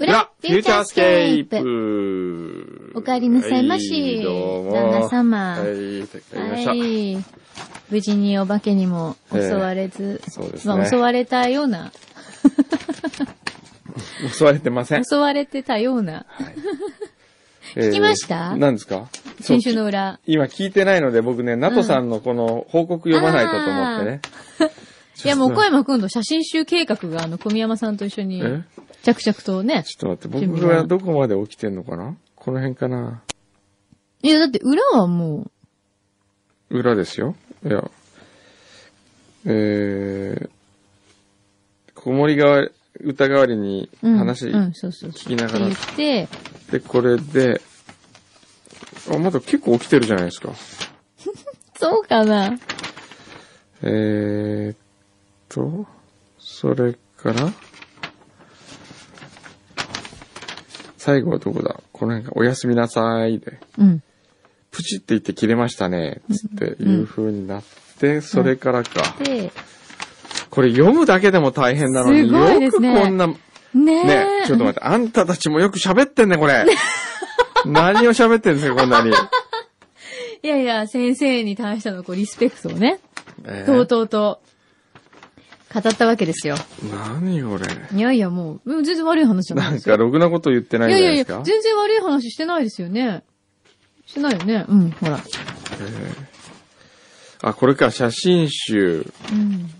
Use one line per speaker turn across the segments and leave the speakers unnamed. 裏、フ
フュー
ューチ
チ
ャ
ャ
ー
ー
ス
ス
ケ
ケ
ー
ー
プ。
プ
お帰りなさいまし
はいどうも。
旦那
はい、
様
帰りました。
はい。無事にお化けにも襲われず、
そうですね。
まあ襲われたような、
襲われてません。
襲われてたような、
聞
きました
何ですか
先週
そう
の裏。
今聞いてないので僕ね、ナトさんのこの報告読まないとと思ってね。
いやもう小山くんの写真集計画があの小宮山さんと一緒に
え
着々とね。
ちょっと待って、
準
僕
備が
がどこまで起きてんのかなこの辺かない
やだって裏はも
裏ですよ。いや。えー、子守がわ歌代わりに
う、うん、
話、
うん、そうそう
聞きながら
って言って、
で、これで、あ、まだ結構起きてるじゃないですか。
そうかな。
えーっと、それから、最後はどこだこの辺が、おやすみなさいで、
うん。
プチって言って切れましたね、つっていう風になって、それからか。
で、
これ読むだけでも大変なのに、
すごいで
よく
すね
こんな、ね
ねえ。
ちょっと待って、あんたたちもよく喋ってんね、こ れ。何を喋ってんですか、こんなに。
いやいや、先生に対してのこうリスペクトをね、
えー
とうとうと語ったわけですよ。
何これ。
いやいや、もう、うん全然悪い話じゃない
な
で
ん
すよ。
か、ろくなこと言ってない
い
ん
や
じ
い
ゃな
や
い
い
で
や、
すか
全然悪い話してないですよね。してないよね。うん、ほら。
あ、これか、写真集。
うん。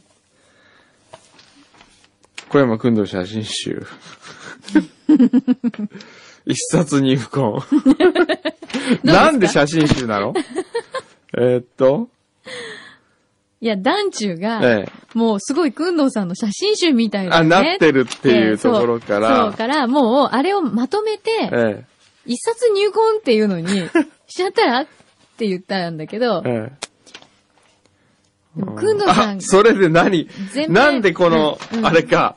小山くんの写真 集。一冊に不幸。 なんで写真集なのえーっと、
いや、団中が、
ええ。
もうすごい、くんどうさんの写真集みたいな、
あ、
ね。
なってるってい
ええ
うところか
そうそう
ら、
から、もう、あれをまとめて、
え
一冊入魂っていうのに、 しちゃったらって言ったんだけど
え、、ええ。
くんどうさ
あ
ん、、
それで何
全部
なんでこの
うんう、ん
あれか、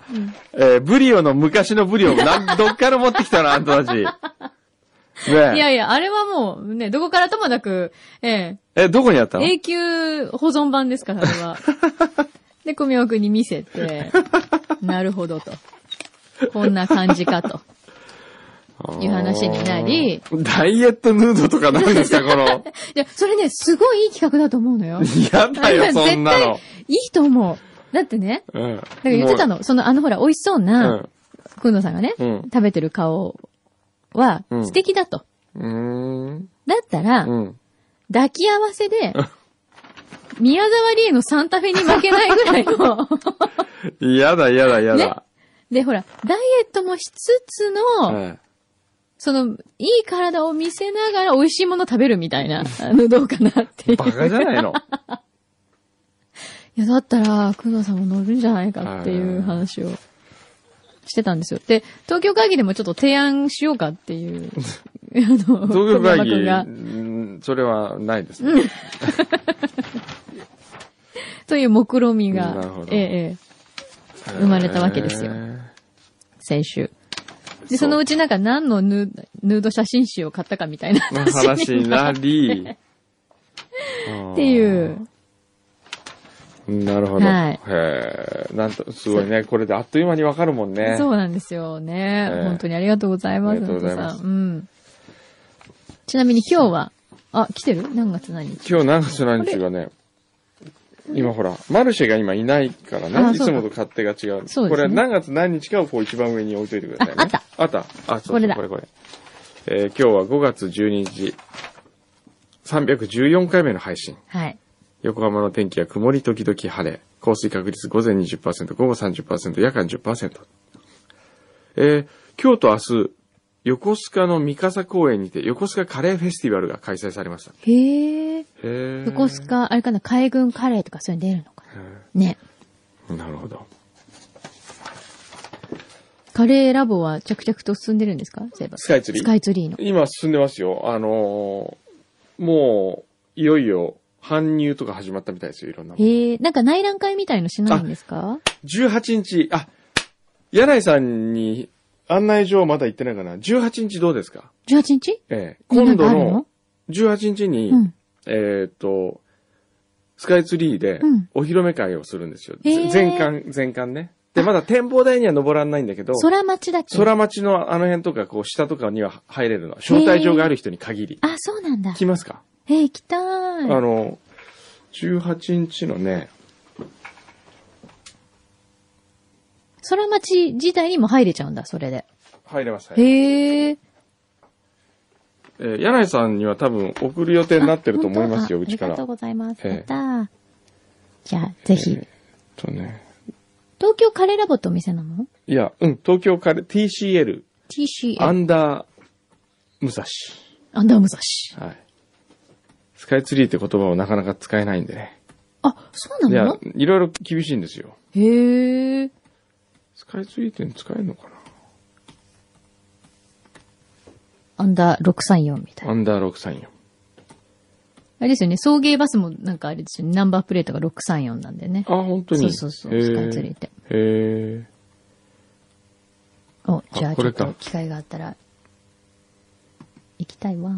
えーブリオの昔のブリオ、 なんどっから持ってきたのあんたたち。ね
い
え。
やいや、あれはもう、ね、どこからともなく、ええ、
え、どこにあったの
永久保存版ですから、あれ は。で、小宮君に見せて、なるほどと。こんな感じかと。いう話になり
あー。ダイエットヌードとかなんですか、こ の。
いや、それね、すごいいい企画だと思うのよ。
嫌だ よ、そんなの。
いいと思う。だってね、
うん。だか
だから言ってた
の。
の、その、あのほら、美味しそうな、くんのさんがね、
うん
食べてる顔は、
うん
素敵だと。
うん。う
だったら、
ーん。うん。
抱き合わせで
うん、
宮沢りえのサンタフェに負けないぐらい の、
嫌だ、嫌だ、嫌だ。
で、ほら、ダイエットもしつつの、
うん
その、いい体を見せながら美味しいもの食べるみたいな、あの、どうかなっていう。
バカじゃ ないの。
いや、だったら、くのさんも乗るんじゃないかってい
あー
う話をしてたんですよ。で、東京会議でもちょっと提案しようかっていう、あの、
東京会議う
小山君が、
ん、それはないですね。
という目論みが
なるほ、ど
ええ、ええ、生まれたわけですよ
へー
先週。で、
う
そのうちなんか何のヌーヌード写真集を買ったかみたいな
の
話
話になり、っ
っていう。
なるほど。
はい
へえ、なんと、すごいね。これであっという間にわかるもんね。
そうなんですよね、
ええ
本当にありがとうございます。
ありがとうございます
本当さうん。ちなみに今日は、あ、来てる何月何日
今日何月何日がね、今ほら、マルシェが今いないから
あ
ね、い
そう
つ
だ
もと勝手が違うんで
そう
こ
ですね
れ何月何日かをこう一番上に置いといてくださいね。
ああった。
あった。あ、そうそう
これだ
これこれ。えー今日は5月12日、314回目の配信。
はい。
横浜の天気は曇り時々晴れ。降水確率午前20%、午後30%、夜間10%。えー今日と明日、横須賀の三笠公園にて横須賀カレーフェスティバルが開催されました。
へえ。
へー
横須賀、あれかな、海軍カレーとかそういうの出るのかな。ね。
なるほど。
カレーラボは着々と進んでるんですかそういえば。
スカイツリー
スカイツリーの。
今進んでますよ。あのーもう、いよいよ、搬入とか始まったみたいですよ、いろんなもの。
えー、なんか内覧会みたいのしないんですか
18日、あ、柳井さんに案内状まだ行ってないかな。18日どうですか
?18 日
ええ。
な
今
んか
度
ある
の、18日に、
うん。
えーっと、スカイツリーで
うん
お披露目会をするんですよ。
へー
全館、全館ね。で、まだ展望台には登らないんだけど、
空町だっけ
空町のあの辺とか、こう、下とかには入れるの。招待状がある人に限り。
あ、そうなんだ。
来ますか、
えー、行きたーい。
あの、18日のね、
空町自体にも入れちゃうんだ、それで。
入れます。はい
へえ。
えー柳井さんには多分送る予定になってると思い ますよ、
あ
うちか
あ
ら。
りがとうございます。
ええ
やったーじゃあ、ぜひ。
えーとね。
東京カレーラボってお店なの
いや、うん、東京カレー、TCL、
?TC。
アンダー、武蔵。
アンダームザ
はい。スカイツリーって言葉をなかなか使えないんでね。
あ、そう
い
な
や
の、
いろいろ厳しいんですよ。
へえ。
スカイツリー店使えるのか
アンダー634みたい
なア
な。
ンダー634。
あれですよね、送迎バスもなんかあれですよね、ナンバープレートが634なんでね。
あ、本当
そ
に
うそうそう、
へー
スカイツリーって。
へえ。
お、じゃあ
あ
ち
こ
ょ
れ
っと
か
機会があったら、行きたいわ。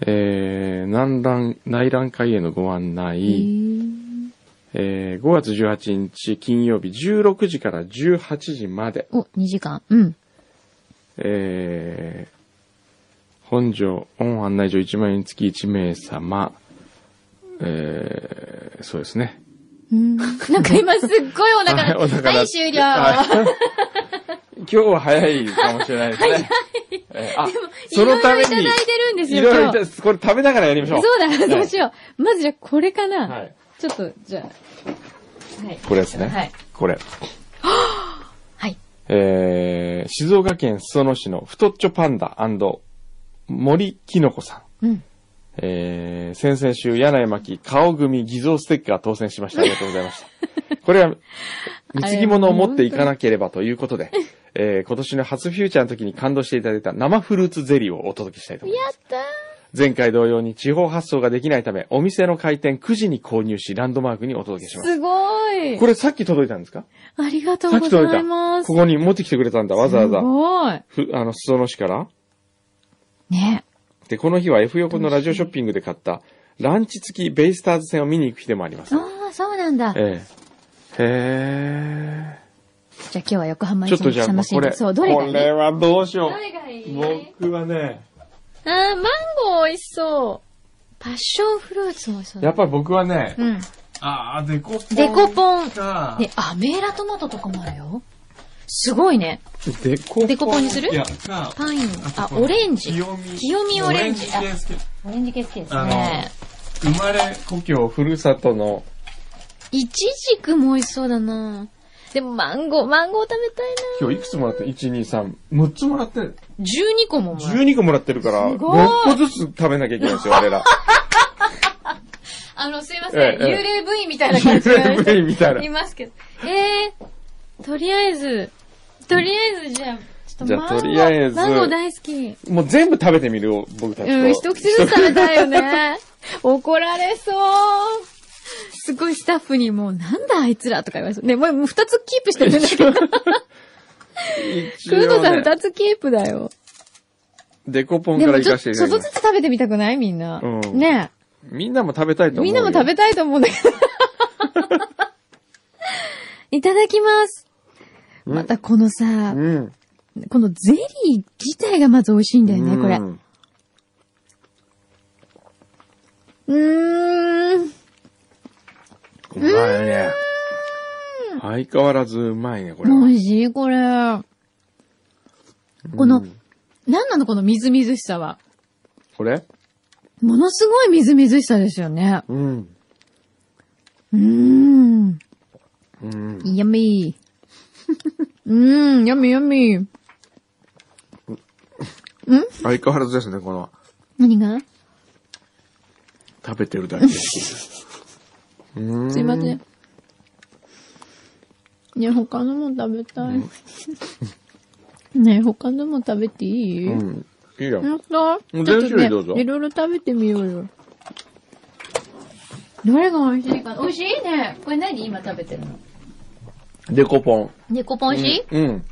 えー、南覧、内覧会へのご案
へ
内。
ー
えー、5月18日金曜日16時から18時まで。
お、2時間。うん。
えー、本上、本案内所1万円付き1名様。えー、そうですね。
うん なんか今すっごいお腹が、
お腹が
はい、終了。
はい今日は早いかもしれないですね。えーあ、そのため
いろい
に
ろいただいてるんですよ、
いろいろい
今
た
日
これ食べながらやりましょう。
そうだ、
い
そうしよう。まずじゃあこれかな。
はい
ちょっと、じゃあ。はい。
これですね。
はい。
これ。
はい。
えー、静岡県裾野市の太っちょパンダ森きのこさん。
うん。
えー、先々週、柳井巻、顔組偽造ステッカー当選しました。ありがとうございま した。これは、貢ぎ物を持っていかなければということ で、えー、今年の初フューチャーの時に感動していただいた生フルーツゼリーをお届けしたいと思います。
やったー
前回同様に地方発送ができないため、お店の開店9時に購入し、ランドマークにお届けします。
すごい
これさっき届いたんですか
ありがと
さ
う
っ
ご
き
ざ
届い
い
た。
ます。
ここに持ってきてくれたんだ、わざわざ
す。ごい。
ふあの、裾野市から。
ね。
で、この日は F 横のラジオショッピングで買った、ランチ付きベイスターズ戦を見に行く日でもあります。
ああ、そうなんだ。じゃあ
ええ。へ
今日は横浜
え。
に
ちょっとじゃあ、
楽しん
これ、
で。そう、どれがい
こ
い
れはどうしよ。
どれがいいう
僕はね、
あー、マンゴー美味しそう。パッションフルーツも美味しそうだ
やっぱり僕はね、
うん。
あー、デコポン。
デコポン。
か。
ね、アメーラトマトとかもあるよ。すごいね。
デコポン。
デコポンにする
いや、か、
パイン。あ、
とこれ
オレンジ。
清見。
清見オレンジ。
オレンジ系好き
あオレンジ系好きです
あ
ね。
生まれ故郷、ふるさとの、
いちじくも美味しそうだなでもマンゴー、マンゴー食べたいな
今日いくつもらって ?1、2、3、6つもらってる。
12個ももらう。
12個もらってるから、
すごい
6個ずつ食べなきゃいけないん ですよ、我ら。
あの、すいません。
ええええ
幽霊部員みたいな感じの
幽霊部員みたい
い
な。
ますけど。えー、とりあえず、とりあえずじゃあ、ちょっとマンゴー
じゃあとりあえず
マンゴー大好き。
もう全部食べてみるよ、僕たち
うん、一
と。
口ずつ食べたい よね。怒られそう。すごいスタッフにもう、なんだあいつらとか言われそう。ね、もうもう二つキープして るんだけど。
一
クー
応
トさん
ね
二つキープだよ。
デコポン
で
から
もち
行か
ょっ
せて
と、
い
ち
た
ょっ
だき
とず
ま
つ食べてみたくないみんな。
うん
ね
す。みんなも食べたいと思う
み
よ。
んなも食べたいと思うんだけど。いただきます。またこのさ、
うん。
このゼリー自体がまず美味しいんだよね、これ。
うん
うーん。
うまいね。相変わらずうまいね、これは。
美味しい、これ。この、なんなのこのみずみずしさは。
これ
ものすごいみずみずしさですよね。
うん。
うーん。
うん。
やみー。うーん、やみやみ。
相変わらずですね、この、
何が
食べてるだけ。
すいません。ねえ他のも食べたい。ねえ他のも食べていい、
うん。いいやん。
本当
全
ちょっと
種類どうぞ
ね、いろいろ食べてみようよ。どれが美味しいかな美味しいね。これ何今食べてるの。
デコポン。
猫ポン美味しい、
うん。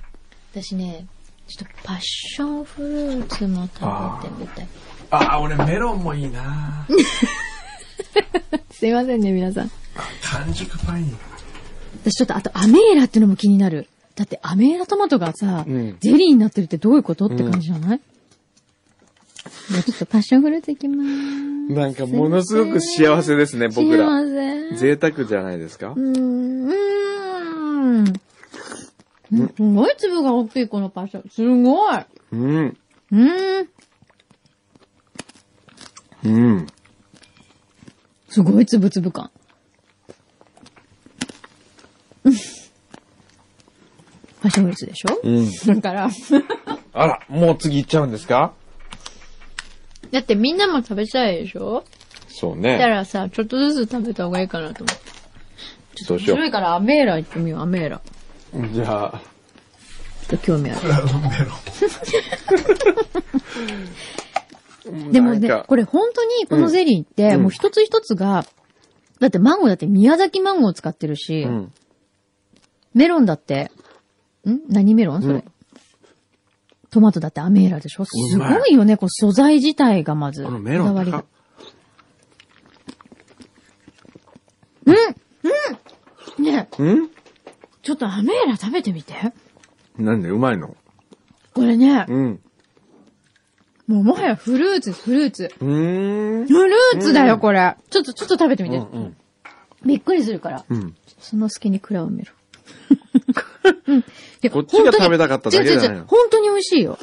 私ね、ちょっとパッションフルーツも食べてみたい。
ああ、俺メロンもいいな。
すいませんね、皆さん。
完熟パイン。
私ちょっと、あと、アメーラってのも気になる。だって、アメーラトマトがさ、
うん
ゼリーになってるってどういうことって感じじゃない、じゃあちょっとパッションフルーツいきまーす。
なんかものすごく幸せですね、僕ら。
幸せ。
贅沢じゃないですか
うーん。うーん。すごい粒が大きい、このパッション。すごい。
うん。
うーん。
うん。
すごい粒々感。 パッションフルーツでしょ
うん。
だから、
あら、もう次行っちゃうんですか
だってみんなも食べたいでしょ
そう
だか
ね。
らさ、ちょっとずつ食べた方がいいかなと思って。
どう
面
しよ
白いからアメーラ行ってみよう、アメーラ。
う。じゃあ、
ちょっと興味 ある。 でもね
なん、か
これ本当にこのゼリーって、
うん
もう一つ一つが、だってマンゴーだって宮崎マンゴーを使ってるし、
うん。
メロンだって、ん何メロンそれ、
うん
トマトだってアメーラでしょす
うまい
ごいよね、こう素材自体がまず。
このメロン
こだわり
高
が
っ。
ねえ
ん
ちょっとアメーラ食べてみて。
なんで、うまいの
これね、
うん。
もうもはやフルーツ、フルーツ。
うーん。
フルーツだよ、これ。ちょっと、ちょっと食べてみて。
うん。
びっくりするから。
うん。
その隙に蔵を埋め ろ。うん、
こっちが食べたかっただけじゃないの
違う違う違う本当に美味しいよ。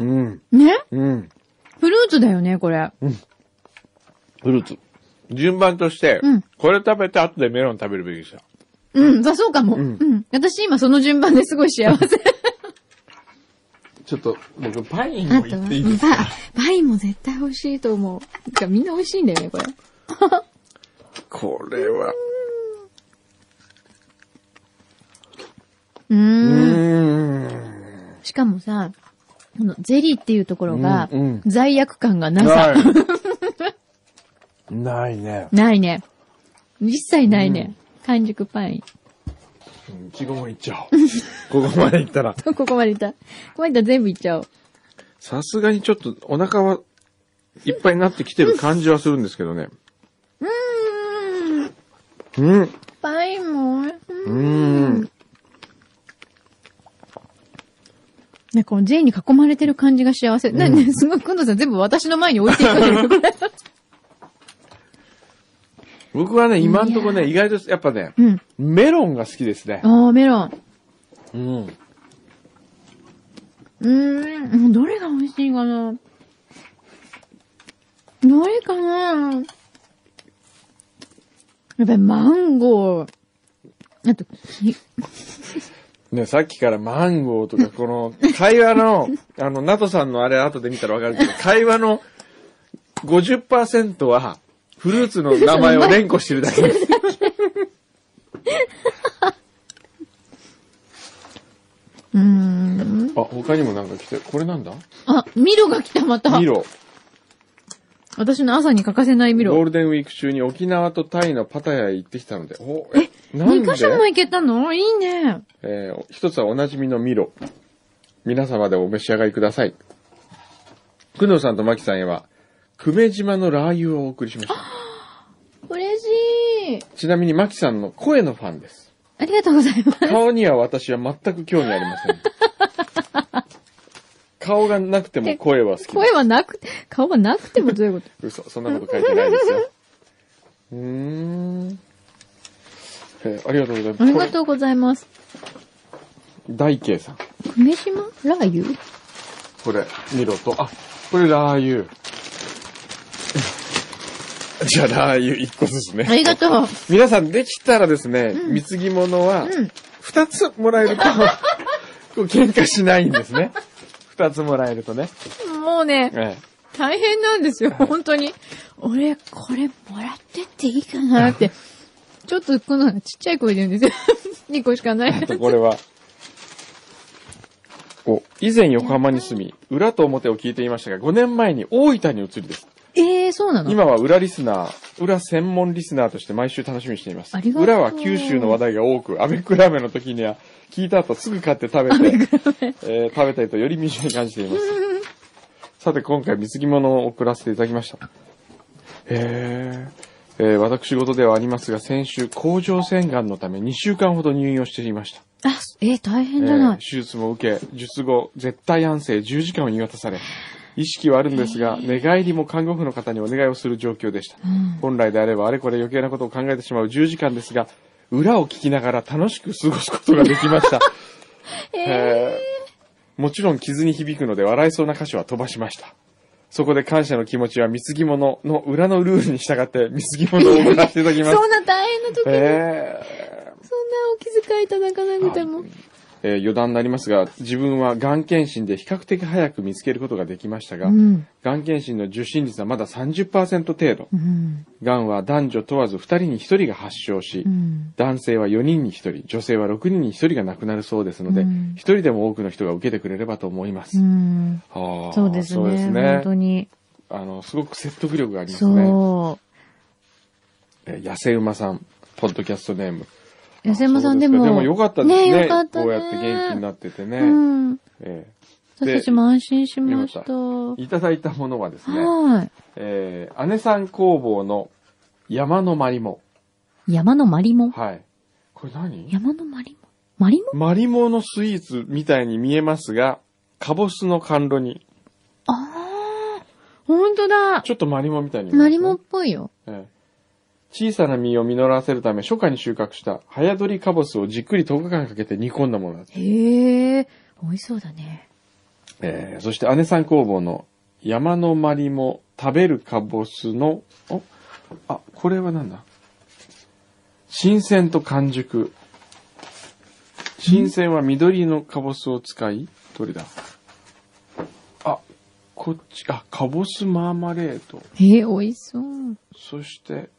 うん。
ね
うん。
フルーツだよね、これ。
フルーツ。順番として
うん、
これ食べて後でメロン食べるべきでした。
うん、まあそうかも。うん。私今その順番ですごい幸せ。
ちょっと、僕、パイン
あとは、パパインも絶対美味しいと思う。てかみんな美味しいんだよね、これ。
これは。
う
う
ーん。
ーん。
しかもさ、このゼリーっていうところが
うんうん、
罪悪感がな
な
さ。
い。 ないね。
ないね。一切ないね。完熟パイン。
いちごもいっちゃおう。 ここまでいったら。
ここまでいった。ここまでいったら全部いっちゃおう。
さすがにちょっとお腹はいっぱいになってきてる感じはするんですけどね。うん。うん。
パインも美味しい。
うん。
ね、このゼリーに囲まれてる感じが幸せ。なんで、すごい、くんどさん全部私の前に置いていくんですよこれ。
僕はね、今んとこね、意外とやっぱね、
うん。
メロンが好きですね。
あー、メロン。
うん。
うーん、どれが美味しいかなどれかなやっぱりマンゴー。あと、き
ね、さっきからマンゴーとか、この、会話の、あの、ナトさんのあれ後で見たらわかる けど、会話の50%は、フルーツの名前を連呼してるだけ です。
うーん。
あ、他にもなんか来てる。これなんだ
あ、ミロが来た、また。
ミ。ロ。
私の朝に欠かせないミ
ゴー
ロ。
ルデンウィーク中に沖縄とタイのパタヤへ行ってきたので、おえ、なん
2
で
箇所も行けたのいいね。
えー一つはおなじみのミロ。皆様でお召し上がりください。くのさんとまきさんへは、久米島のラー油をお送りしました。
嬉しい。
ちなみにまきさんの声のファンです。
ありがとうございます。
顔には私は全く興味ありません。顔がなくても声は好きで
声はなくて、顔はなくてもどういうこと
す。嘘、そんなこと書いてないです よ。うーん。えーありがとうございます。
ありが
う。
とうございます。
大慶さん。
久米島ラー油
これ、ミロと、あ、これラー油。 じゃあ、ラー油一個ずつね。
ありがとう。
皆さん、できたらですね、貢ぎ物は
うん、
二つもらえる と、こう喧嘩しないんですね。二つもらえるとね。
もうね、
ええ
大変なんですよ、本当に。俺、これもらってっていいかなって。ちょっと、このちっちゃい声で言うんですよ。2個し かない。
とこれは、お、以前横浜に住み、裏と表を聞いていましたが、5年前に大分に移りです。
ええー、そうなの
今は裏リスナー、裏専門リスナーとして毎週楽しみにしています。
ありがとう
裏は九州の話題が多く、アメクラメの時には、聞いた後すぐ買って 食べて、えー食べたいとより身近に感じています。さて今回水着物を送らせていただきました。へーえー私事ではありますが、先週、甲状腺がんのため2週間ほど入院をしていました。
あ、えー、大変じゃ
えー。
ない
手術も受け、術後、絶対安静10時間を言い渡され、意識はあるんですが、寝返りも看護婦の方にお願いをする状況でした。本来であればあれこれ余計なことを考えてしまう10時間ですが、裏を聞きながら楽しく過ごすことができま した。えーもちろん傷に響くので笑いそうな箇所は飛ばしました。そこで感謝の気持ちは水着物の裏のルールに従って水着物を送らせていただきます
そ。んな大変な時に、
えー
そんなお気遣いいただかなくても。
えー余談になりますが、自分はがん検診で比較的早く見つけることができましたが、
うん。
がん検診の受診率はまだ30%程度
う。ん。
がんは男女問わず2人に1人が発症し、
うん。
男性は4人に1人、女性は6人に1人が亡くなるそうですので、
うん
1人でも多くの人が受けてくれればと思います。
うん。
はあ
そうです
そ
ね。
うです
本
ね
当に。
あの、すごく説得力がありますね。
そ
えー野生馬さん、ポッドキャストネーム。
う。安山さんでも。
そうすかでもよかったですね。
ねよかったね
こうやって元気になっててね。
うん。
えー
私たちも安心しました。
いただいたものはですね、
は
えー、姉さん工房の山のマリモ。
い。山のマリモン。
はい。これ何
山のマリモン。マリモン
マリモのスイーツみたいに見えますが、カボスの甘露煮。
ああ。ほんとだ。
ちょっとマリモみたいに見えま
マ
すね
リモンっぽいよ。
ええ小さな実を実らせるため初夏に収穫した早取りカボスをじっくり10日間かけて煮込んだものなんです。
へえ。美味しそうだね。
えーそして姉さん工房の山のマリモ食べるカボスの、おあ、これはなんだ新鮮と完熟。新鮮は緑のカボスを使い、どれだあ、こっち、あ、カボスマーマレード。
へえ、美味しそう。
そして、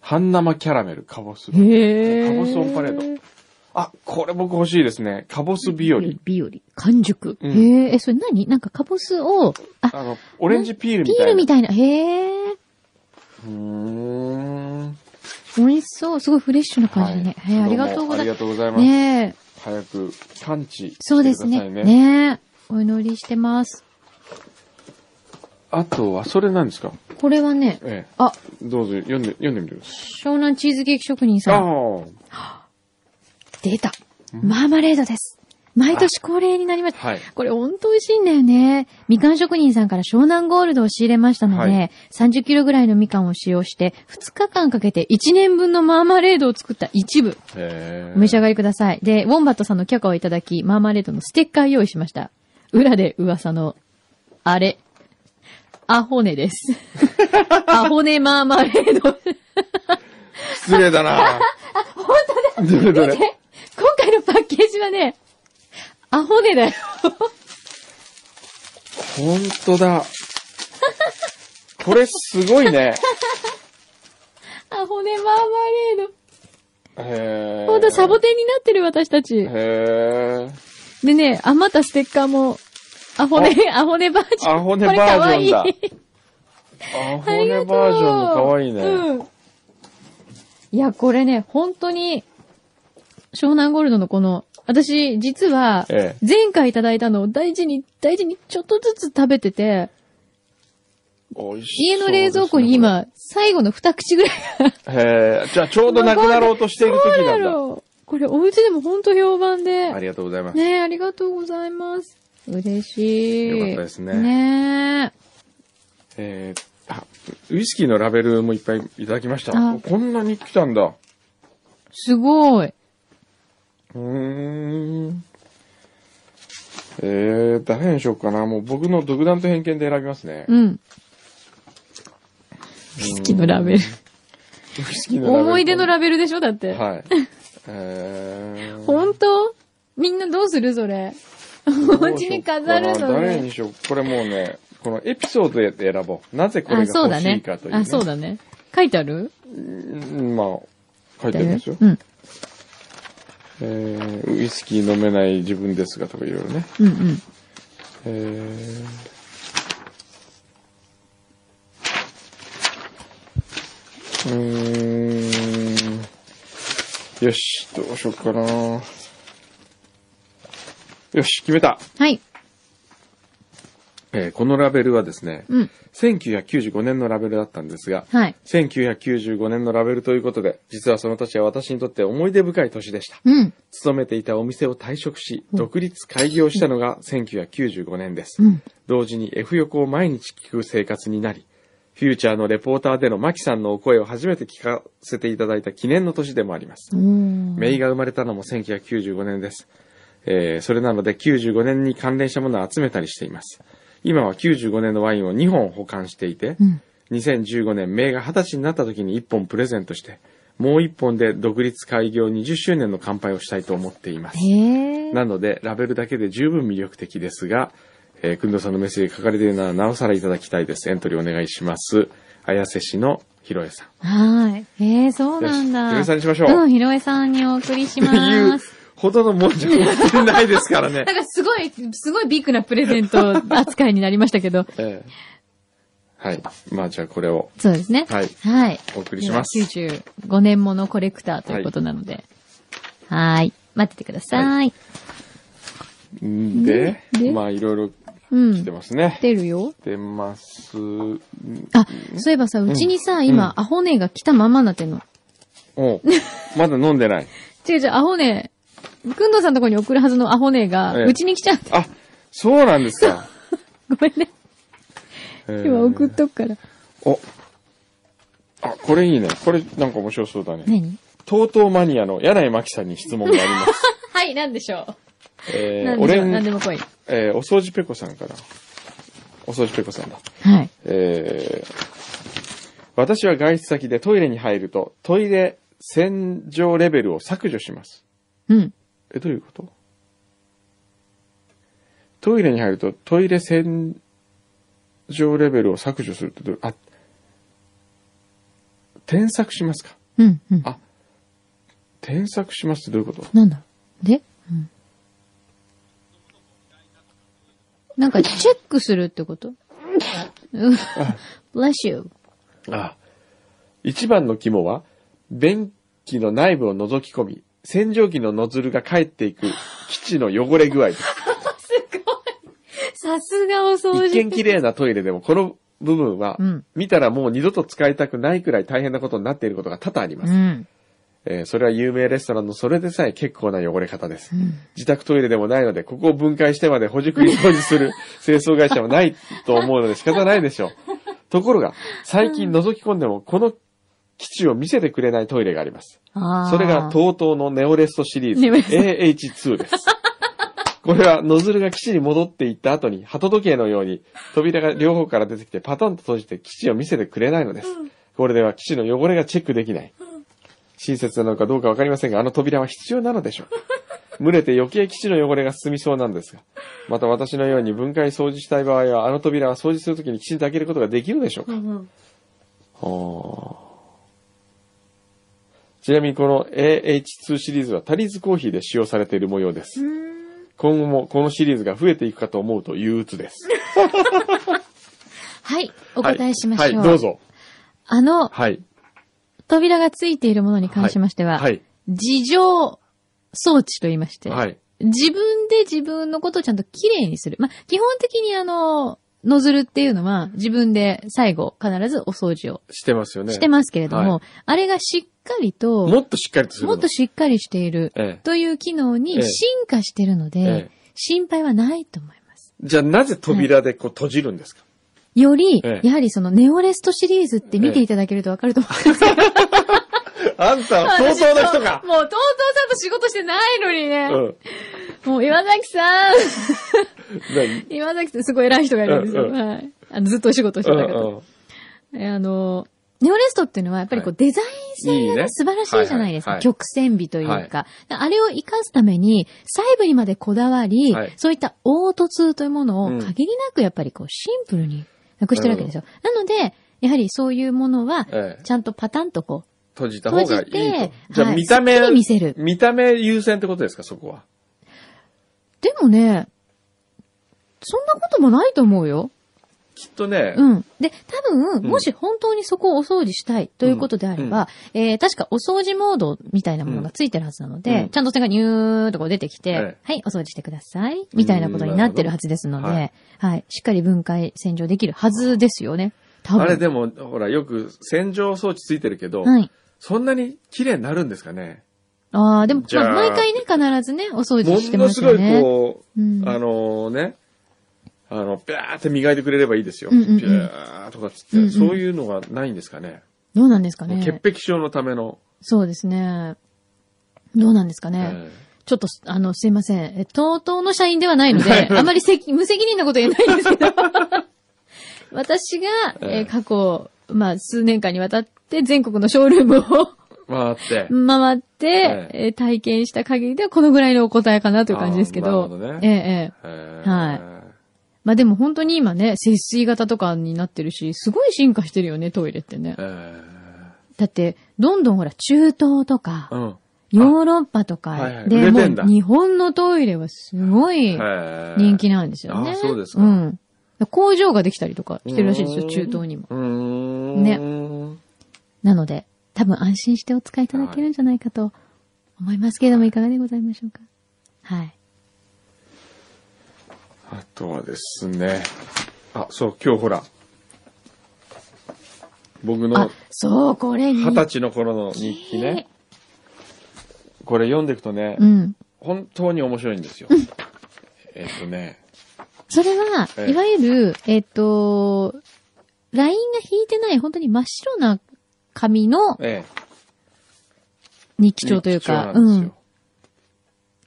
半生キャラメル、カボス。
へえ。
カボスオンパレード。あ、これ僕欲しいですね。カボス日和。
日和。完熟。
うん
へえ、え、それ何なんかカボスを、あ、
あの、オレンジピール
ピ
みた
ー
いな。
ルみたいな。へえ。
うーん。
美味しそう。すごいフレッシュな感じだね。へえ、ありがとうご
どもあ
ざい
り
ま
がとうござい
す。
ます。
ねえ。
早く完治してくださいね。
そうですね。ねえ。お祈りしてます。
あとは、それなんですか
これはね、
ええ。
あ、
どうぞ、読んで、読んでみてください。
湘南チーズケーキ職人
あ
さん。
あ。
出た。マーマレードです。毎年恒例になりました。
はい。
これ本当美味しいんだよね。みかん職人さんから湘南ゴールドを仕入れましたので、
は
30キロぐらいのみかんを使用して、2日間かけて1年分のマーマレードを作った一部、
え
お召し上がりください。で、ウォンバットさんの許可をいただき、マーマレードのステッカー用意しました。裏で噂の、あれ、アホ ネです。アホネマーマレード。
失礼だ な。本当だ。どれどれ。
で、今回のパッケージはね、アホネだよ。
本当だ。これすごいね。
アホネマーマレード。
へえ。
ほんとサボテンになってる私たち。
へえ。
でね、余ったステッカーも、アホネ、アホネバージョン。
アホネバージョンだ
これ可愛い。
ア
あ
ホ
りがと
ネ
う
バージョンも可愛いね。
うん。いや、これね、本当に、湘南ゴールドのこの、私、実は
え、
前回いただいたのを大事に、大事にちょっとずつ食べてて、
美味しい。
家の冷蔵庫に。今、最後の二口ぐらいが
へえ。じゃあちょうどなくなろうとしている時
ど
な
うん
だ。
ろう。これ、お家でも本当評判で。
ありがとうございます。
ねえ、ありがとうございます。嬉しい。
よかったですね
ねえ。
えー、あ、ウイスキーのラベルもいっぱいいただきました
あ。
こんなに来たんだ。
すごい。
うーん。えー、誰にしようかな。もう僕の独断と偏見で選びますね。
うん。ウイスキーのラベル。
ウイスキーのラベル。
思い出のラベルでしょだって。
はい。えー、
本当みんなどうするそれ。お
どうしようかな
家に飾るの
誰
ね。
にしよう。これもうね、このエピソードで選ぼう。なぜこれ
あ、
が
そうだ
欲しい
ね
かという、。ね。
あ、そうだね。書いてある
うんまあ、書いてありますよ。
うん。
えー、ウイスキー飲めない自分ですがとかいろいろね。
うんうん。
えー、うーん。よし、どうしようかな。よし、決めた。
はい。
えーこのラベルはですね、
うん。
1995年のラベルだったんですが、
はい。
1995年のラベルということで、実はその年は私にとって思い出深い年でした。
うん。
勤めていたお店を退職し、独立開業したのが1995年です。
うん
同時に F 横を毎日聞く生活になり、フューチャーのレポーターでのマキさんのお声を初めて聞かせていただいた記念の年でもあります。
おー
メイが生まれたのも1995年です。えー、それなので95年に関連したものを集めたりしています。今は95年のワインを2本保管していて、
うん。
2015年、名が20歳になった時に1本プレゼントして、もう1本で独立開業20周年の乾杯をしたいと思っています。
へえ。
なので、ラベルだけで十分魅力的ですが、えー、くんどうさんのメッセージ書かれているなら、なおさらいただきたいです。エントリーお願いします。綾瀬市のひろえさん。
はーい。へえ、そうなんだ。
よしひろえさんにしましょう
うん、ひろえさんにお送りし
ってい
ま
う
す。
ほどのもんじゃ持ってないですから ね
な。んかすごい、すごいビッグなプレゼント扱いになりましたけど。
えーはい。まあ、じゃあこれを
そうですね。
はい
はい。
お送りします。
95年ものコレクターということなので。はーい。待っててください。
んで
で、
まあ、いろいろ
うん。
来てますね。
出るよ。
出ます。
あ、そういえばさ、うちにさ、今、アホネが来たままになってんの。
おうまだ飲んでない。
違う違う、アホネ、くんどうさんのとこに送るはずのアホネが、
ええ
うちに来ちゃって。
あ、そうなんです か。
ごめんね。
今
今送っとくから。
お。あ、これいいね。これなんか面白そうだね。
何
とうとうマニアの柳井真紀さんに質問があります。
はい、なんでしょう。
え
な
ー、
んでし
俺
ょう。なんで
ん、
も来い。
えー、お掃除ペコさんから。お掃除ペコさんだ。
はい。
えー、私は外出先でトイレに入ると、トイレ洗浄レベルを削除します。
うん。
え、どういうことトイレに入ると、トイレ洗浄レベルを削除するってどうあ、添削しますか
うん、うん。
あ添削しますってどういうこと
なんだろうで、うん、なんか、チェックするってこと うん。bless you.
あ一番の肝は、便器の内部を覗き込み、洗浄機のノズルが帰っていく基地の汚れ具合です。
すごい。さすがお掃除。
一見綺麗なトイレでも、この部分は、
うん
見たらもう二度と使いたくないくらい大変なことになっていることが多々あります
う。ん。
えーそれは有名レストランのそれでさえ結構な汚れ方です。自宅トイレでもないので、ここを分解してまで補熟に掃除す る清掃会社はないと思うので仕方ないでしょう。ところが、最近覗き込んでも、この基地を見せてくれないトイレがあります。
ああ。
それが TOTO のネオレストシリーズ
ネオレスト
AH2 です。これはノズルが基地に戻っていった後に、鳩時計のように扉が両方から出てきてパタンと閉じて基地を見せてくれないのです。これでは基地の汚れがチェックできない。親切なのかどうかわかりませんが、あの扉は必要なのでしょう。群れて余計基地の汚れが進みそうなんですが、また私のように分解掃除したい場合は、あの扉は掃除するときにきちんと開けることができるでしょうか。はあちなみにこの AH2 シリーズはタリーズコーヒーで使用されている模様です。今後もこのシリーズが増えていくかと思うと憂鬱です。
はい、お答えしましょう。
はい、はいどう。ぞ。
あの、
はい。
扉がついているものに関しましては、
はい。
自浄装置と言いまして、
はい。
自分で自分のことをちゃんときれいにする。まあ、基本的にあの、ノズルっていうのは自分で最後必ずお掃除を
してますよね。
してますけれども、
は
あれがしっかりと、
もっとしっかりとするの。
もっとしっかりしている
ええ
という機能
え
に
え
進化してるので、
ええ
心配はないと思います。
じゃあなぜ扉でこう閉じるんですか、
より、
ええ
やはりそのネオレストシリーズって見ていただけるとわかると思 うんですけど、
あんたは相当な人か
もう、とうとうさんと仕事してないのにね。
うん。
もう、岩崎さん
何
岩崎さん、すごい偉い人がいるんですよ。
うんうん
はい。あの、ずっとお仕事してた方。
うんうん
えあの、ネオレストっていうのは、やっぱりこう、デザイン線が
いいね
素晴らしいじゃないですか。
はいはいはい
曲線美というか。
はい
だからあれを活かすために、細部にまでこだわり、
はい
そういった凹凸というものを
うん
限りなくやっぱりこうシンプルになくしてるわけですよ。なので、やはりそういうものは、
ええ
ちゃんとパタンとこ
閉じ
う、
た方
閉じ
がいいと。
て、
じゃあ
はい
見た目、
すっきり見せる。
見た目優先ってことですか、そこは。
でもね、そんなこともないと思うよ。
きっとね、
うん。で、多分、
ん
もし本当にそこをお掃除したいということであれば、えー、確かお掃除モードみたいなものがついてるはずなので、
うん
ちゃんとそれがニューっとこう出てきて、
ええ
はい、お掃除してください、みたいなことになってるはずですので、
うんな
は
る
い、しっかり分解、洗浄できるはずですよね。多分。
あれでも、ほら、よく洗浄装置ついてるけど、
はい。
そんなに綺麗になるんですかね。
ああ、でも、
じゃあ
まあ、毎回ね、必ずね、お掃除
も
して
の
ます
すご
よ
い
ね。
こう、
うん
あのね、あの、ぴゃーって磨いてくれればいいですよ。
う
ぴ
んうんうん
ゃーとかっつって、
うんうん
そういうのがないんですかね。
どうなんですか
もう潔
ね。
癖症のための。
そうですね。どうなんですかね。
え
ちょっと、あの、すいません。え、TOTO の社員ではないので、あまりせき無責任なこと言えないんです けど、私が、え
ええ
過去、まあ、数年間にわたって全国のショールームを
え回って。
回って
え、
え体験した限りではこのぐらいのお答えかなという感じですけど。
あーなるほどね
ええええは
はい
まあでも本当に今ね、節水型とかになってるし、すごい進化してるよね、トイレってね。
ええ
だって、どんどんほら、中東とか、
うん。
ヨーロッパと
あはいは
か、
い
で、
売
も
れてんだ
う日本のトイレはすごい、
ええ
人気なんですよね。
あそうですか
うん。工場ができたりとかしてるらしいですよ、中東にも。
うーん。
ね
ね。
なので、多分安心してお使いいただけるんじゃないかと思いますけれども、いかがでございましょうか。はい。
あとはですね。あ、そう、今日ほら。僕
あ
の、
そう、これに。
二十歳の頃の日記ね。これ読んでいくとね、
うん。
本当に面白いんですよ。えっとね、
それは、
ええ
いわゆる、えっと、ラインが引いてない、本当に真っ白な紙の
ええ。
日記帳というか、
貴重
う
なんです
ん
よ。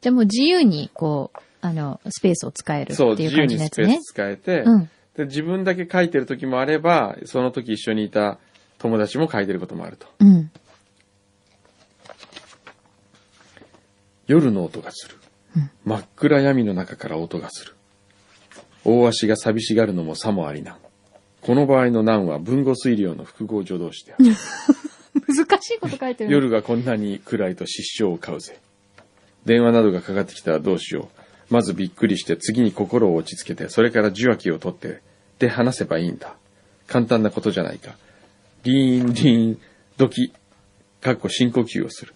じゃあもう自由に、こう、あの、スペースを使えるって
そう、
い
自
う
由
感じ
に
のや
ス
つ
ペー
ね。
ス使えて、
うん。
で、自分だけ書いてる時もあれば、その時一緒にいた友達も書いてることもあると。
うん。
夜の音がする
うん。
真っ暗闇の中から音がする。大足が寂しがるのもさもありなん。この場合の難は文語推量の複合助動詞である。
難しいこと書いてるね
夜がこんなに暗いと失笑を買うぜ。電話などがかかってきたらどうしよう。まずびっくりして、次に心を落ち着けて、それから受話器を取って、で話せばいいんだ。簡単なことじゃないか。リーン、リーン、ドキ、かっこ深呼吸をする。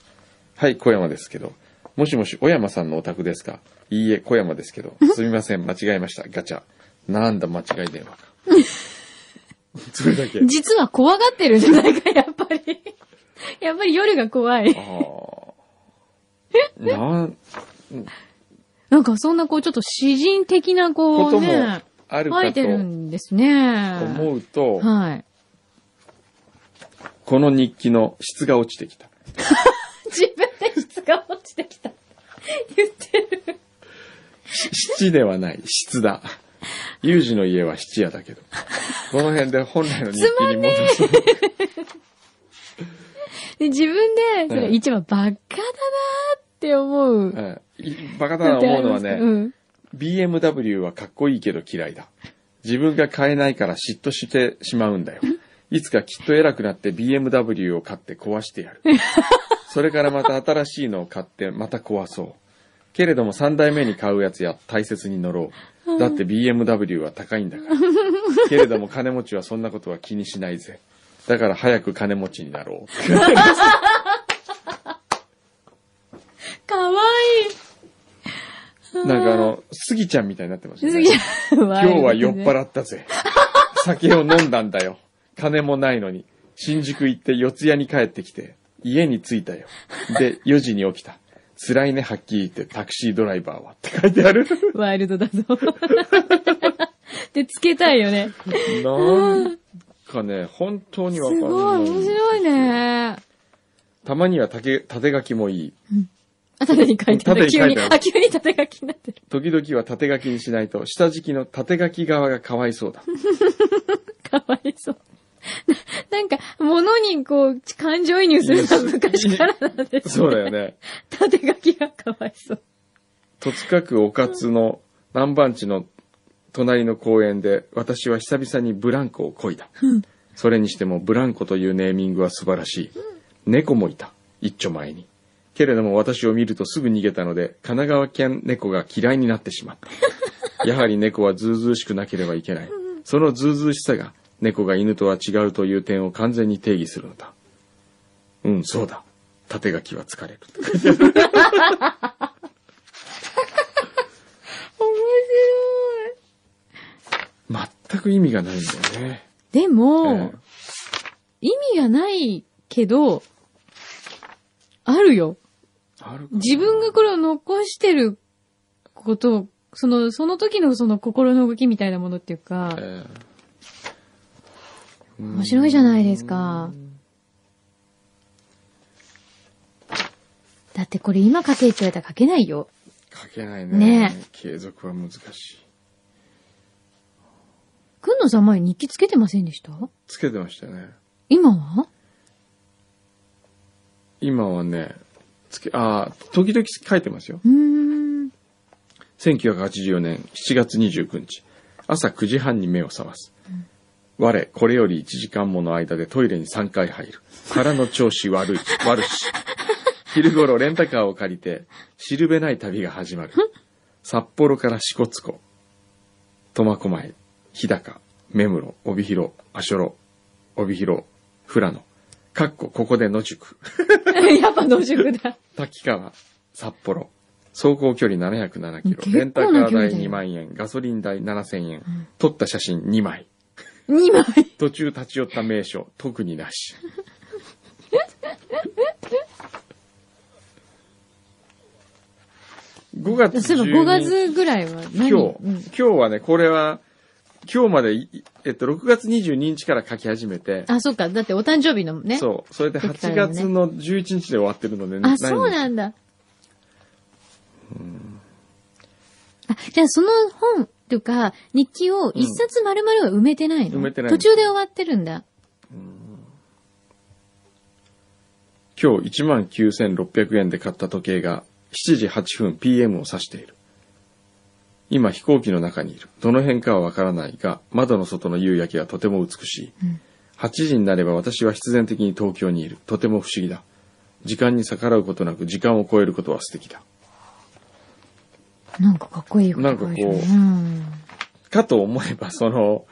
はい、小山ですけど。もしもし、小山さんのお宅ですかいいえ、小山ですけど。すみません、間違えました。ガチャ。なんだ、間違い電話か。それだけ。
実は怖がってるんじゃないか、やっぱり。 やっぱり夜が怖い。
ああ。なん、
なんかそんなこう、ちょっと詩人的なこ
こ
う
とも
ね、
ある
書
か
いてる
と
んですね。
思うと、
はい。
この日記の質が落ちてきた。
自分で質が落ちてきた。言ってる。
質ではない、質 だ。ユージの家は質屋だけど。この辺で本来の日記に 戻す。
で自分で、それ一番バカだなーって思 う。
ええいバカだな思うのはね、
うん。
BMW はかっこいいけど嫌いだ。自分が買えないから嫉妬してしまうんだよ。いつかきっと偉くなって BMW を買って壊してやる。それからまた新しいのを買ってまた壊そう。けれども3代目に買うやつや大切に乗ろう。だって BMW は高いんだから。けれども金持ちはそんなことは気にしないぜ。だから早く金持ちになろう。
かわいい。
なんかあの、スギちゃんみたいになってますよね。
今
今日は酔っ
っ
払ったぜ。酒を飲んだんだよ。金もないのに。新宿行って四谷に帰ってきて、家に着いたよ。で、4時に起きた。辛いね、はっきり言って、タクシードライバーは。って書いてある。
ワイルドだぞ。 で、つけたいよね。
なんかね、本当にわか
す
ん
ごい、
ない。
面白いね。
たまには縦縦書きもいい。
あ、縦に書いてあ
縦
る。
に
急
書い
に、
てある
あ、急に縦書きになってる。
時々は縦書きにしないと、下敷きの縦書き側がかわいそうだ。
かわいそう。 なんか、物にこう、感情移入するのは昔からなんです、ね。
そうだよ。ね。
縦書きがかわいそう。
戸塚区おかつの南蛮地の隣の公園で、私は久々にブランコをこいだ。それにしてもブランコというネーミングは素晴らしい。猫もいた。一丁前に。けれども私を見るとすぐ逃げたので、神奈川県猫が嫌いになってしまった。やはり猫はずうずうしくなければいけない。そのずうずうしさが、猫が犬とは違うという点を完全に定義するのだ。うん、そうだ。縦書きは疲れる。
面白い。
全く意味がないんだよね。
で
え
も
え、
意味がないけど、あるよ。
あるか
自分がこれを残してることを、その、その時のその心の動きみたいなものっていうか、
ええ
面白いじゃないですか。だってこれ今書けって言われたら書けないよ。
書けないね。
ねえ
継続は難しい。
くんのさん前に日記つけてませんでした
つけてましたね。
今は
今はね、つけ、ああ、時々書いてますよ。
うーん。
1984年7月29日、朝9時半に目を覚ます。我、これより1時間もの間でトイレに3回入る。腹の調子悪い、 悪し。昼頃レンタカーを借りて、しるべない旅が始まる。札幌から支笏湖、苫小牧、日高、目室、帯広、足寄、帯広、富良野、かっこここで野宿。
やっぱ野宿だ。
滝川、札幌。走行距離707キ
結構
ロ。レンタカ
な
ー
距離
代
だよ
2万円、ガソリン代7000円。撮った写真2枚。
2枚。
途中立ち寄った名所、特にな し。5月12
そういえば5月ぐらい
今
は何
日、
うん
今日はね、これは、今日までい、えっと、6月22日から書き始めて、
あ、そうか。だってお誕生日のね。
そう、それで
時か
8
らね
月の11日で終わってるので、
あ、そう
だ
なんだ。あ、じゃあその本というか、日記を一冊丸々は埋めてないの、
埋めてない
途中で終わってるんだ。
今日19,600円で買った時計が7時8分 PM を指している。今飛行機の中にいる。どの辺かはわからないが、窓の外の夕焼けはとても美しい。8時になれば私は必然的に東京にいる。とても不思議だ。時間に逆らうことなく時間を超えることは素敵だ。
なんかかっこいいこと
なんかこう
書いてあるうん。
かと思えば、その、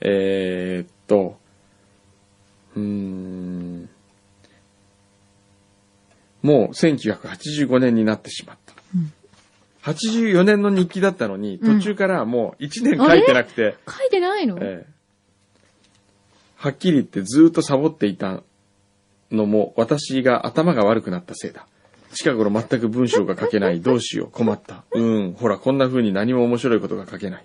えーっと、うーん、もう1985年になってしまった。
うん
84年の日記だったのに、
うん
途中からもう1年書いてなくて、
書いてないの、
ええはっきり言ってずーっとサボっていたのも私が頭が悪くなったせいだ。近頃全く文章が書けない。どうしよう。困った。うーん。ほら、こんな風に何も面白いことが書けない。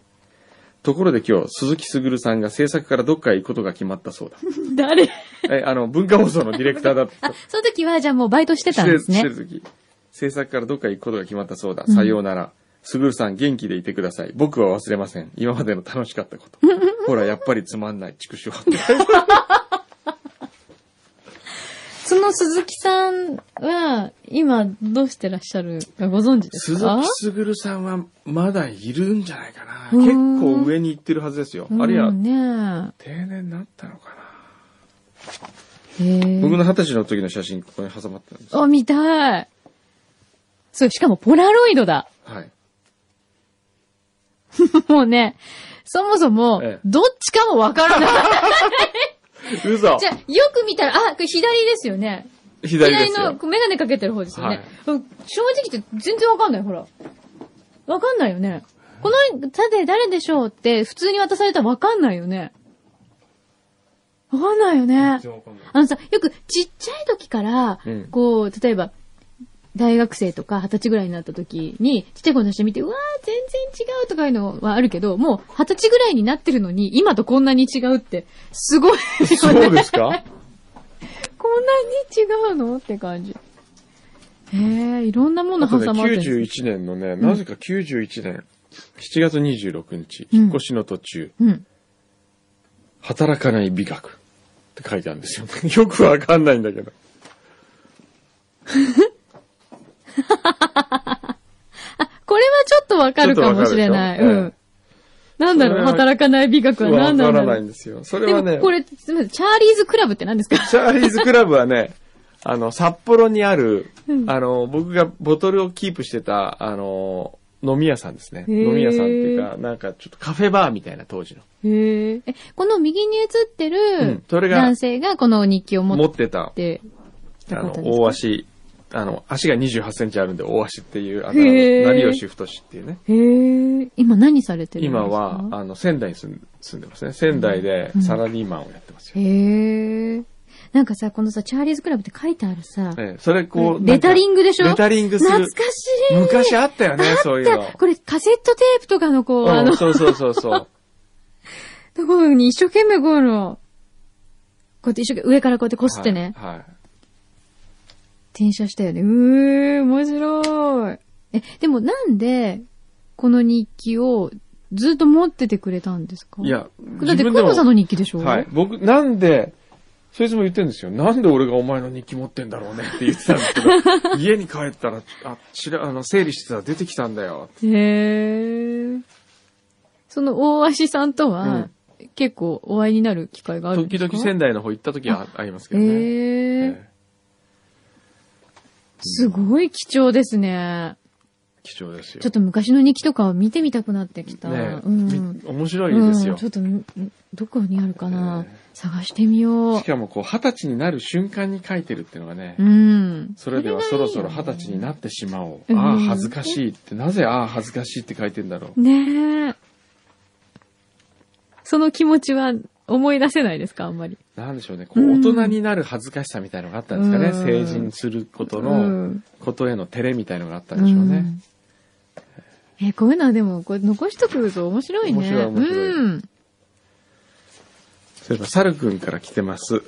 ところで今日、鈴木すぐるさんが制作からどっかへ行くことが決まったそう だ。
誰
え、あの、文化放送のディレクターだった
あ。、その時はじゃあもうバイトしてたんです
し
ね
て。る時制作からどっか行くことが決まったそうだ。
うん
さようなら。すぐるさん元気でいてください。僕は忘れません。今までの楽しかったこと。ほら、やっぱりつまんない。畜生。
その鈴木さんは、今どうしてらっしゃるかご存知です
鈴
か
木すぐるさんはまだいるんじゃないかな。
うー
結
ん
構上に行ってるはずですよ。あるいは
うんね
定年になったのか
え。へ
な。
え
僕の二十歳の時の写真ここに挟まってるんですよ。
あ、見たい。そう、しかもポラロイドだ。
はい。
もうね、そもそも
ええ、
どっちかもわからない。
嘘
じ ゃあ、よく見たら、あ、これ左ですよね。
左です
の
よ。
メガネかけてる方ですよね。
はい
うん正直言って全然わかんない、ほら。わかんないよね。この、さて誰でしょうって、普通に渡されたらわかんないよね。わかんないよね。あのさ、よくちっちゃい時から、
うん
こう、例えば、大学生とか二十歳ぐらいになった時に、ちっちゃい子の写真見て、うわー、全然違うとかいうのはあるけど、もう二十歳ぐらいになってるのに、今とこんなに違うって、すごいよね。
そうですか
こんなに違うのって感じ。へえ、いろんなもの
あ
挟
と
まっ
ね、
てるんです
91年のね、なぜか91年、7月26日、
うん
引っ越しの途中、
うん。
働かない美学。って書いてあるんですよ。 よくわかんないんだけど。
これはちょっとわかるかもしれない。
ちょっ
う
とわかる
ん。なんだろう、
それは
働かない美学は
わ
何な
か
んだ
ら
ろ
な
う
い。んですよ。それ
で
はね
も、、これ、すみません、チャーリーズクラブって何ですか
チャーリーズクラブはね、あの、札幌にある、あの、僕がボトルをキープしてた、あの、飲み屋さんですね。
へー
飲み屋さんっていうか、なんかちょっとカフェバーみたいな当時の。
へえ。えこの右に映って
うん
る、
それが
男性がこの日記を持
持
っ
ってた、
て
あ
た
の
方、
大
ですか。
足、あの、足が28センチあるんで、大足っていう、あ
へー
の、成吉太志っていうね。
へえ。今何されてるんです
今
か
は、あの、仙台に住ん住んでますね。仙台でサラリーマンをやってますよ。
へえ。なんかさ、このさ、チャーリーズクラブって書いてあるさ、
ええそれこう、
レタリングでしょ
レタリングする。
懐かしい
昔あったよね、そういう
じゃ
の
あ。これカセットテープとかのこう、あ
う
の
ん、、そうそうそう そう。
ところに一生懸命こういうの、こうやって一生懸命上からこうやってこすってね、
はい。はい
転写したよね。うー、面白い。え、でもなんで、この日記をずっと持っててくれたんですか
い、や、
だ
自
って
分
久
でも
保さんの日記でしょ
はい。。僕、なんで、そいつも言ってんですよ。なんで俺がお前の日記持ってんだろうねって言ってたんですけ ど、家に帰ったら、あ、ちら、あの、整理してたら出てきたんだよ。
へー。その大足さんとは、結構お会いになる機会があるん
時
ですか
々仙台の方行った時はありますけどね。
へー。
ええ
すごい貴重ですね。
貴重ですよ。
ちょっと昔の日記とかを見てみたくなってきた。
ね
う
み
ん。
面白いです
うん
よ
ち。ょっと、んどこにあるかな、
ええ
探してみよう
し。かもこう、二十歳になる瞬間に書いてるっていうのがね、
うん。
それではそろそろ
がいい
二
よね
十歳になってしまおう。
うん
ああ、恥ずかしいって、なぜああ、恥ずかしいって書いてんだろう。
ねえ。その気持ちは思い出せないですかあんまり。
なんでしょうね、こう、大人になる恥ずかしさみたいのがあったんですかね。
うん
成人すること
う
の、
ん
ことへの照れみたいのがあったんでしょうね。
うんえ、こういうのはでも、これ残しとくと面白いね。
面白い面白い
うん。
そういえば、サルくんから来てます。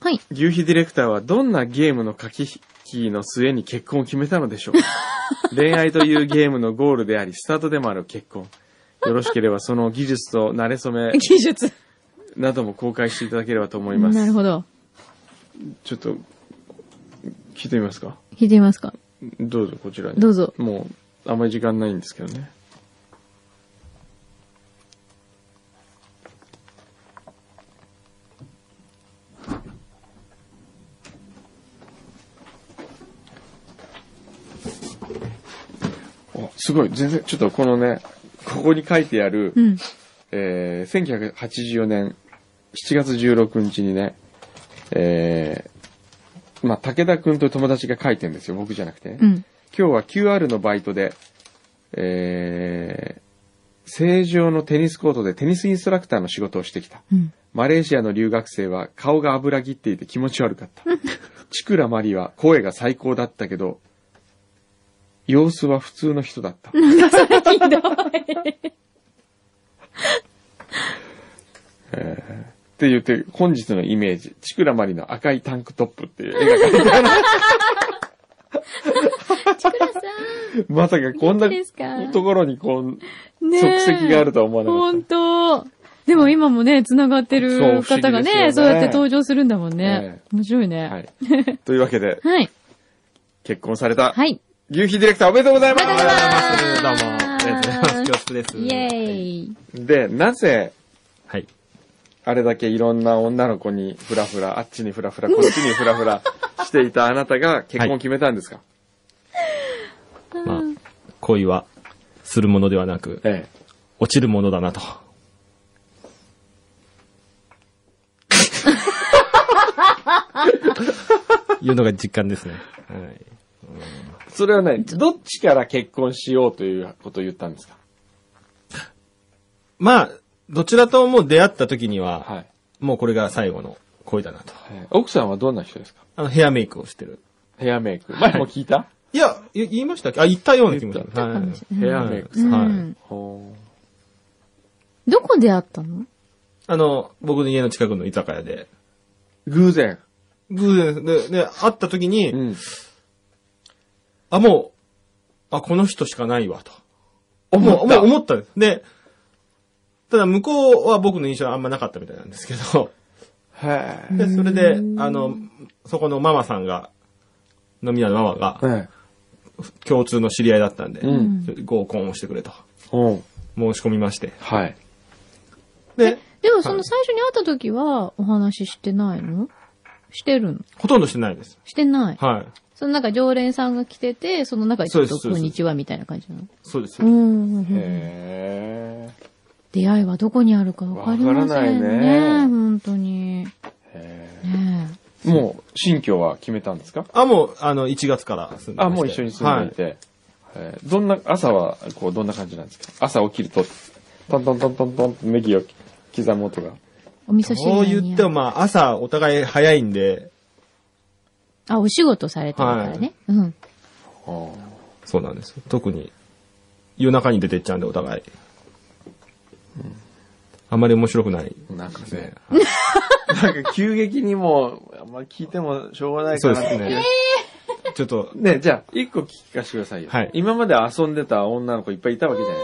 はい。
牛皮ディレクターはどんなゲームの駆け引きの末に結婚を決めたのでしょ うか恋愛というゲームのゴールであり、スタートでもある結婚。よろしければその技術と慣れ初 め
技術。
なども公開していただければと思います。
なるほど。
ちょっと、聞いてみますか
聞いてみますか
どうぞ、こちらに。
どうぞ。
もう、あんまり時間ないんですけどね。おすごい、全然、ちょっとこのね、ここに書いてある、
うん。
えー1984年7月16日にね、えーまあ、武田くんと友達が書いてるんですよ、僕じゃなくてね。
うん。
今日は QR のバイトで、えー、正常のテニスコートでテニスインストラクターの仕事をしてきた。
うん。
マレーシアの留学生は顔が油切っていて気持ち悪かった。 チクラマリは声が最高だったけど、様子は普通の人だった。
ひどい。
って言って、本日のイメージ、チクラマリの赤いタンクトップっていう絵が描いてある。
ちくらさ
まさかこん
ん。い
ない
ですか
ところにこ う、
ね
即席があるとは思わなかった
本当でも今もね、繋がってる
そう
方が
不思議ですよ
ね、
ね
そうやって登場するんだもんね
え。
面白いね。
は
はい。
い。というわけで、
はい。
結婚された、
はい。
牛皮ディレクターおめでとうございます
おめでとうございます
どうも、ありがとうございます。恐縮です。
イェーイ。
で、なぜ、
はい。
あれだけいろんな女の子にフラフラ、あっちにフラフラ、こっちにフラ フラしていたあなたが結婚を決めたんですか、
まあ、恋はするものではなく、
ええ。
落ちるものだなと。いうのが実感ですね。はい。
それはね、どっちから結婚しようということを言ったんですか
まあ、どちらとも出会った時には、
はい。
もうこれが最後の恋だなと。
ええ奥さんはどんな人ですか
あの、ヘアメイクをしてる。
ヘアメイク。前も聞いた、
いや、い言いましたっけあ、言ったような気もする。は
もしれ
い。
ヘアメイク
う
さん。
ん。
ほう
どこで会ったの
あの、僕の家の近くの居酒屋で、
偶然。
偶然ですで、で、会った時に、
うん。
あ、もう、あ、この人しかないわ、と。
思
も
っ
うも
た
う思ったんです。で、ただ向こうは僕の印象はあんまなかったみたいなんですけど、
へ
で、それで、あの、そこのママさんが、飲み屋のママ
え。
が、
ね
共通の知り合いだったんで、
ん
合コンをしてくれと。
うん。
申し込みまして。
はい。
で、
でもその最初に会った時は、お話ししてないのしてるの
ほとんどしてないです。
してない。
はい。
そのなんか常連さんが来てて、その中でちょっ
そう
と
ですそうで
こ
す
んにちはみたいな感じなの。
そうです
う。んうんうん。
へ
出会いはどこにあるかわかり
わ
ません
から
ね。
ないね
本当に。
え。
ねえ
もう、新居は決めたんですか
あ、もう、あの、1月から住んでまして
あ、もう一緒に住んでいて。えーどんな、朝は、こう、どんな感じなんですか朝起きると、トントントントントンってネギを刻む音が。
お味噌
はい
汁屋
そう
に
言っても、まあ、朝お互い早いんで、
あ、お仕事されてるからね。うん。
そうなんです。特に、夜中に出てっちゃうんで、お互い。あまり面白くない。
なんかね、 なんか急激にもう、あんま聞いてもしょうがないかなっ
そ
て
うです
ね
ね。ちょっと、
ね、じゃあ、一個聞かせてくださいよ。
はい
今まで遊んでた女の子いっぱいいたわけじゃない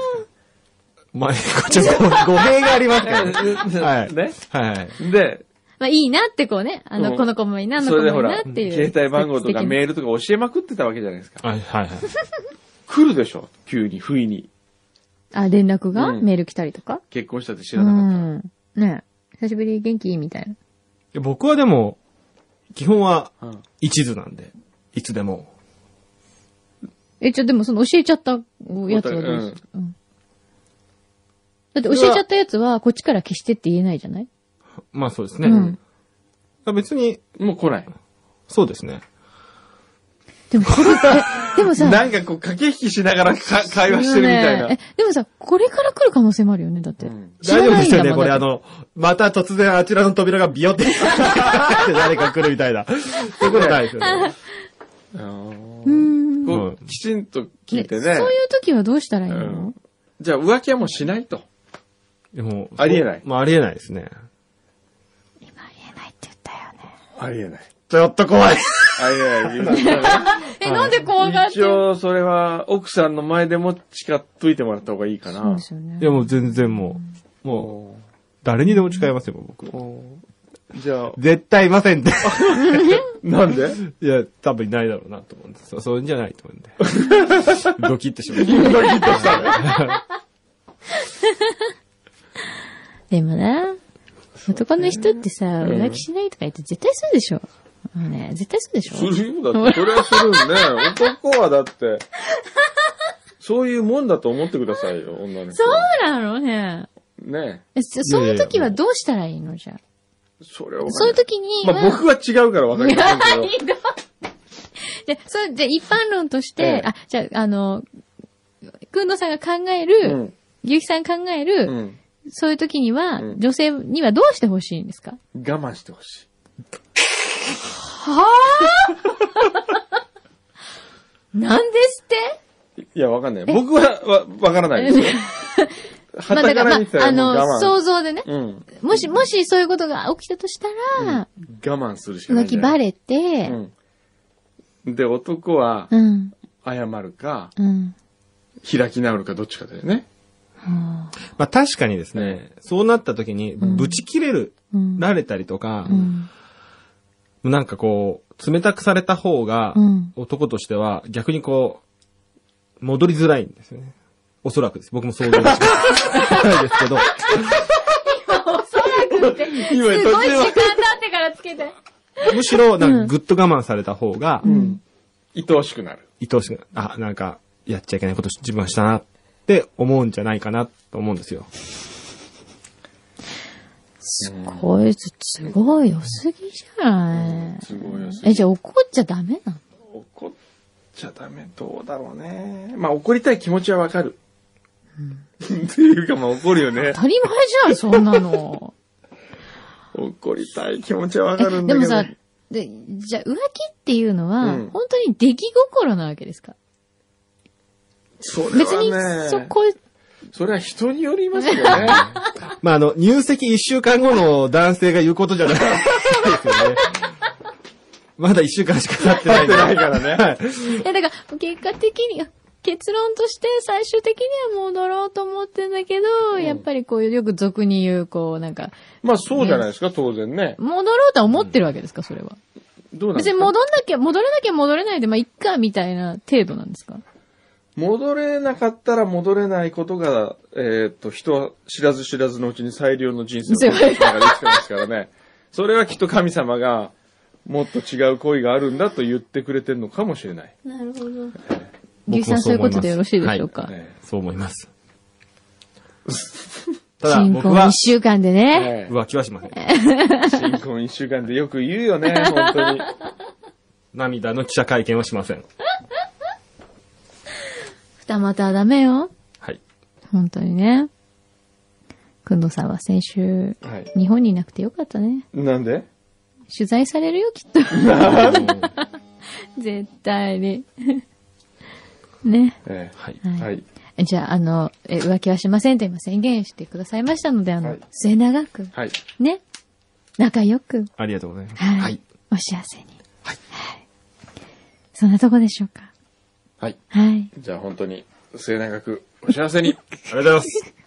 まあ、ちょっと語弊がありますけどね。
ですか。
はい
ね。
はい。
で、
まあいいなってこうね、あ
うん
の、この子もいいな、あの
そ
子
れ
も
で
いい
ほ
な
ら、
っていう。
携帯番号とか
ール。
メールとか教えまくってたわけじゃないですか。
はい、はい、はい。
来るでしょ急に、不意に。
あ、連絡が
うん
メール来たりとか
結婚したって知
う
らなかった。
ん。ねえ久しぶり元気みたいな。
いや僕はでも、基本は
うん、
一途なんで、いつでも。
え、じゃあでもその教えちゃったやつはどうする、うんだって教えちゃったやつは、こっちから消してって言えないじゃない
まあそうです
う
ね。
ん。
別に、
もう来ない。
そうですね。
でも これ、え、でもさ、
なんかこう、駆け引きしながらか会話してるみたいな。
ねえでもさ、これから来る可能性もあるよね、だって。
ん
知らないんだもんだって
の、また突然あちらの扉がビヨって、 誰か来るみたいな。そういうことないですよ ね。
う
うんん。
こ
うん
う、きちんと聞いて
で
ね
そう。いう時はどうしたらいいの、
うんじゃあ浮気はもうしないと。
でも
ありえない
まあありえないですね。
今ありえないって言ったよね。
ありえない。
ちょっと怖い。
ありえない。
え、なんで怖がって
一応、それは奥さんの前でも誓っといてもらった方がいいか
そう
な
で。すよね。
いやもう全然もう、もう、
お
誰にでも誓いますよ、僕。
ーおーじゃあ、
絶対いませんって。
なん で
いや、多分いないだろうなと思うんです。そう、そういうんじゃないと思うんで。ドキッてしまう。
でもな、男の人ってさ、浮気しないとか言って絶対そうでしょ。もうね、絶対そうでしょ。
するよ。だって、それはするね。男はだって、そういうもんだと思ってくださいよ、女の人
そ
は。
うなのね。
ね
えそその時はどうしたらいいのじゃあ。
それは、
そういう時には。
ま あ僕は違うからわかりませんけど。
ひどい。じゃあ、そう、じゃあ一般論として、
ええ
あ、じゃあ、あの、くんのさんが考え
う
る、
ん
ゆうきさんが考える、
うん。
そういう時には、
うん
女性にはどうしてほしいんですか
我慢してほしい。
なんですって
いや、わかんない。僕は、わ、わからないですよ。は
ま
た
あ、だ
か
からら、
見
ま
てた
あ、あ
らもう
の、
我慢。
想像でね、
うん。
もし、もしそういうことが起きたとしたら、
我慢するしかない
浮
んじ
気
ゃな
バ
い。
レて、
うん。で、男は
う、ん、
謝るか、
うん。
開き直るかどっちかだよね。
まあ確かにですね、そうなった時に、ぶち切れる、
うん
られたりとか
う、ん。
なんかこう、冷たくされた方が
うん、
男としては逆にこう、戻りづらいんですよね。おそらくです。僕も想像です。ないですけど。
今、
す
途
ごい時
中
間
は
経ってからつけて。
むしろ、なんかぐっと我慢された方が、
愛おしくなる。
愛おしく、あ、なんか、やっちゃいけないことし自分はしたなって思うんじゃないかなと思うんですよ。
こいつ、すごい良すぎじゃない。
すごいよ。
え、じゃあ怒っちゃダメなの
怒っちゃダメ。どうだろうね。まあ、怒りたい気持ちはわかる。っていうか、まあ、怒るよね。
当たり前じゃん、そんな の。
怒りたい気持ちはわか
え
るん
で
だけ
も
ど。
さ、で、じゃあ浮気っていうのは、
うん
本当に出来心なわけですか
それ
別に
はね、、
そこ、
それは人によりますよね。
まあ、あの、入籍一週間後の男性が言うことじゃないですよね。 まだ一週間しか経ってな
経
い
ってないからね
はい
え、だから、結果的に、あ結論として最終的には戻ろうと思ってんだけど、やっぱりこういうよく俗に言う、こうなんか、
まあそうじゃないですか、当然ね。
戻ろうとは思ってるわけですか、それは。
どうなんで
別
す
に
か
戻んなきゃ、戻れなきゃ戻れないで、まあ、いっか、みたいな程度なんですか
戻れなかったら戻れないことが、えーっと、人は知らず知らずのうちに最良の人生を送ることができてますからね。それはきっと神様が、もっと違う恋があるんだと言ってくれてるのかもしれない。
なるほど。
僕
牛
も
さん、そうい
そ
ううこ
思います
とでよろしいでしょうか。
え
そう思います。ただ、
新
僕
婚
は
一週間で
え
ね。
ええ
浮気はしません。
新婚一週間でよく言うよね、本当に。
涙の記者会見はしません。
二股はダメよ。
はい。
本当にね。くんどさんは先週、
はい。
日本にいなくてよかったね。
なんで
取材されるよ、きっと。 絶対に。ね。
え
はい
え。はい。
じゃあ、あの、え浮気はしませんと今宣言してくださいましたので、あの、
はい
末永く、
はい。
ね。仲良く、
ありがとうございます。
はい。お幸せに。はい。そんなとこでしょうか。
はい。
はい。
じゃあ本当に、末永くお幸せに。
ありがとうございます。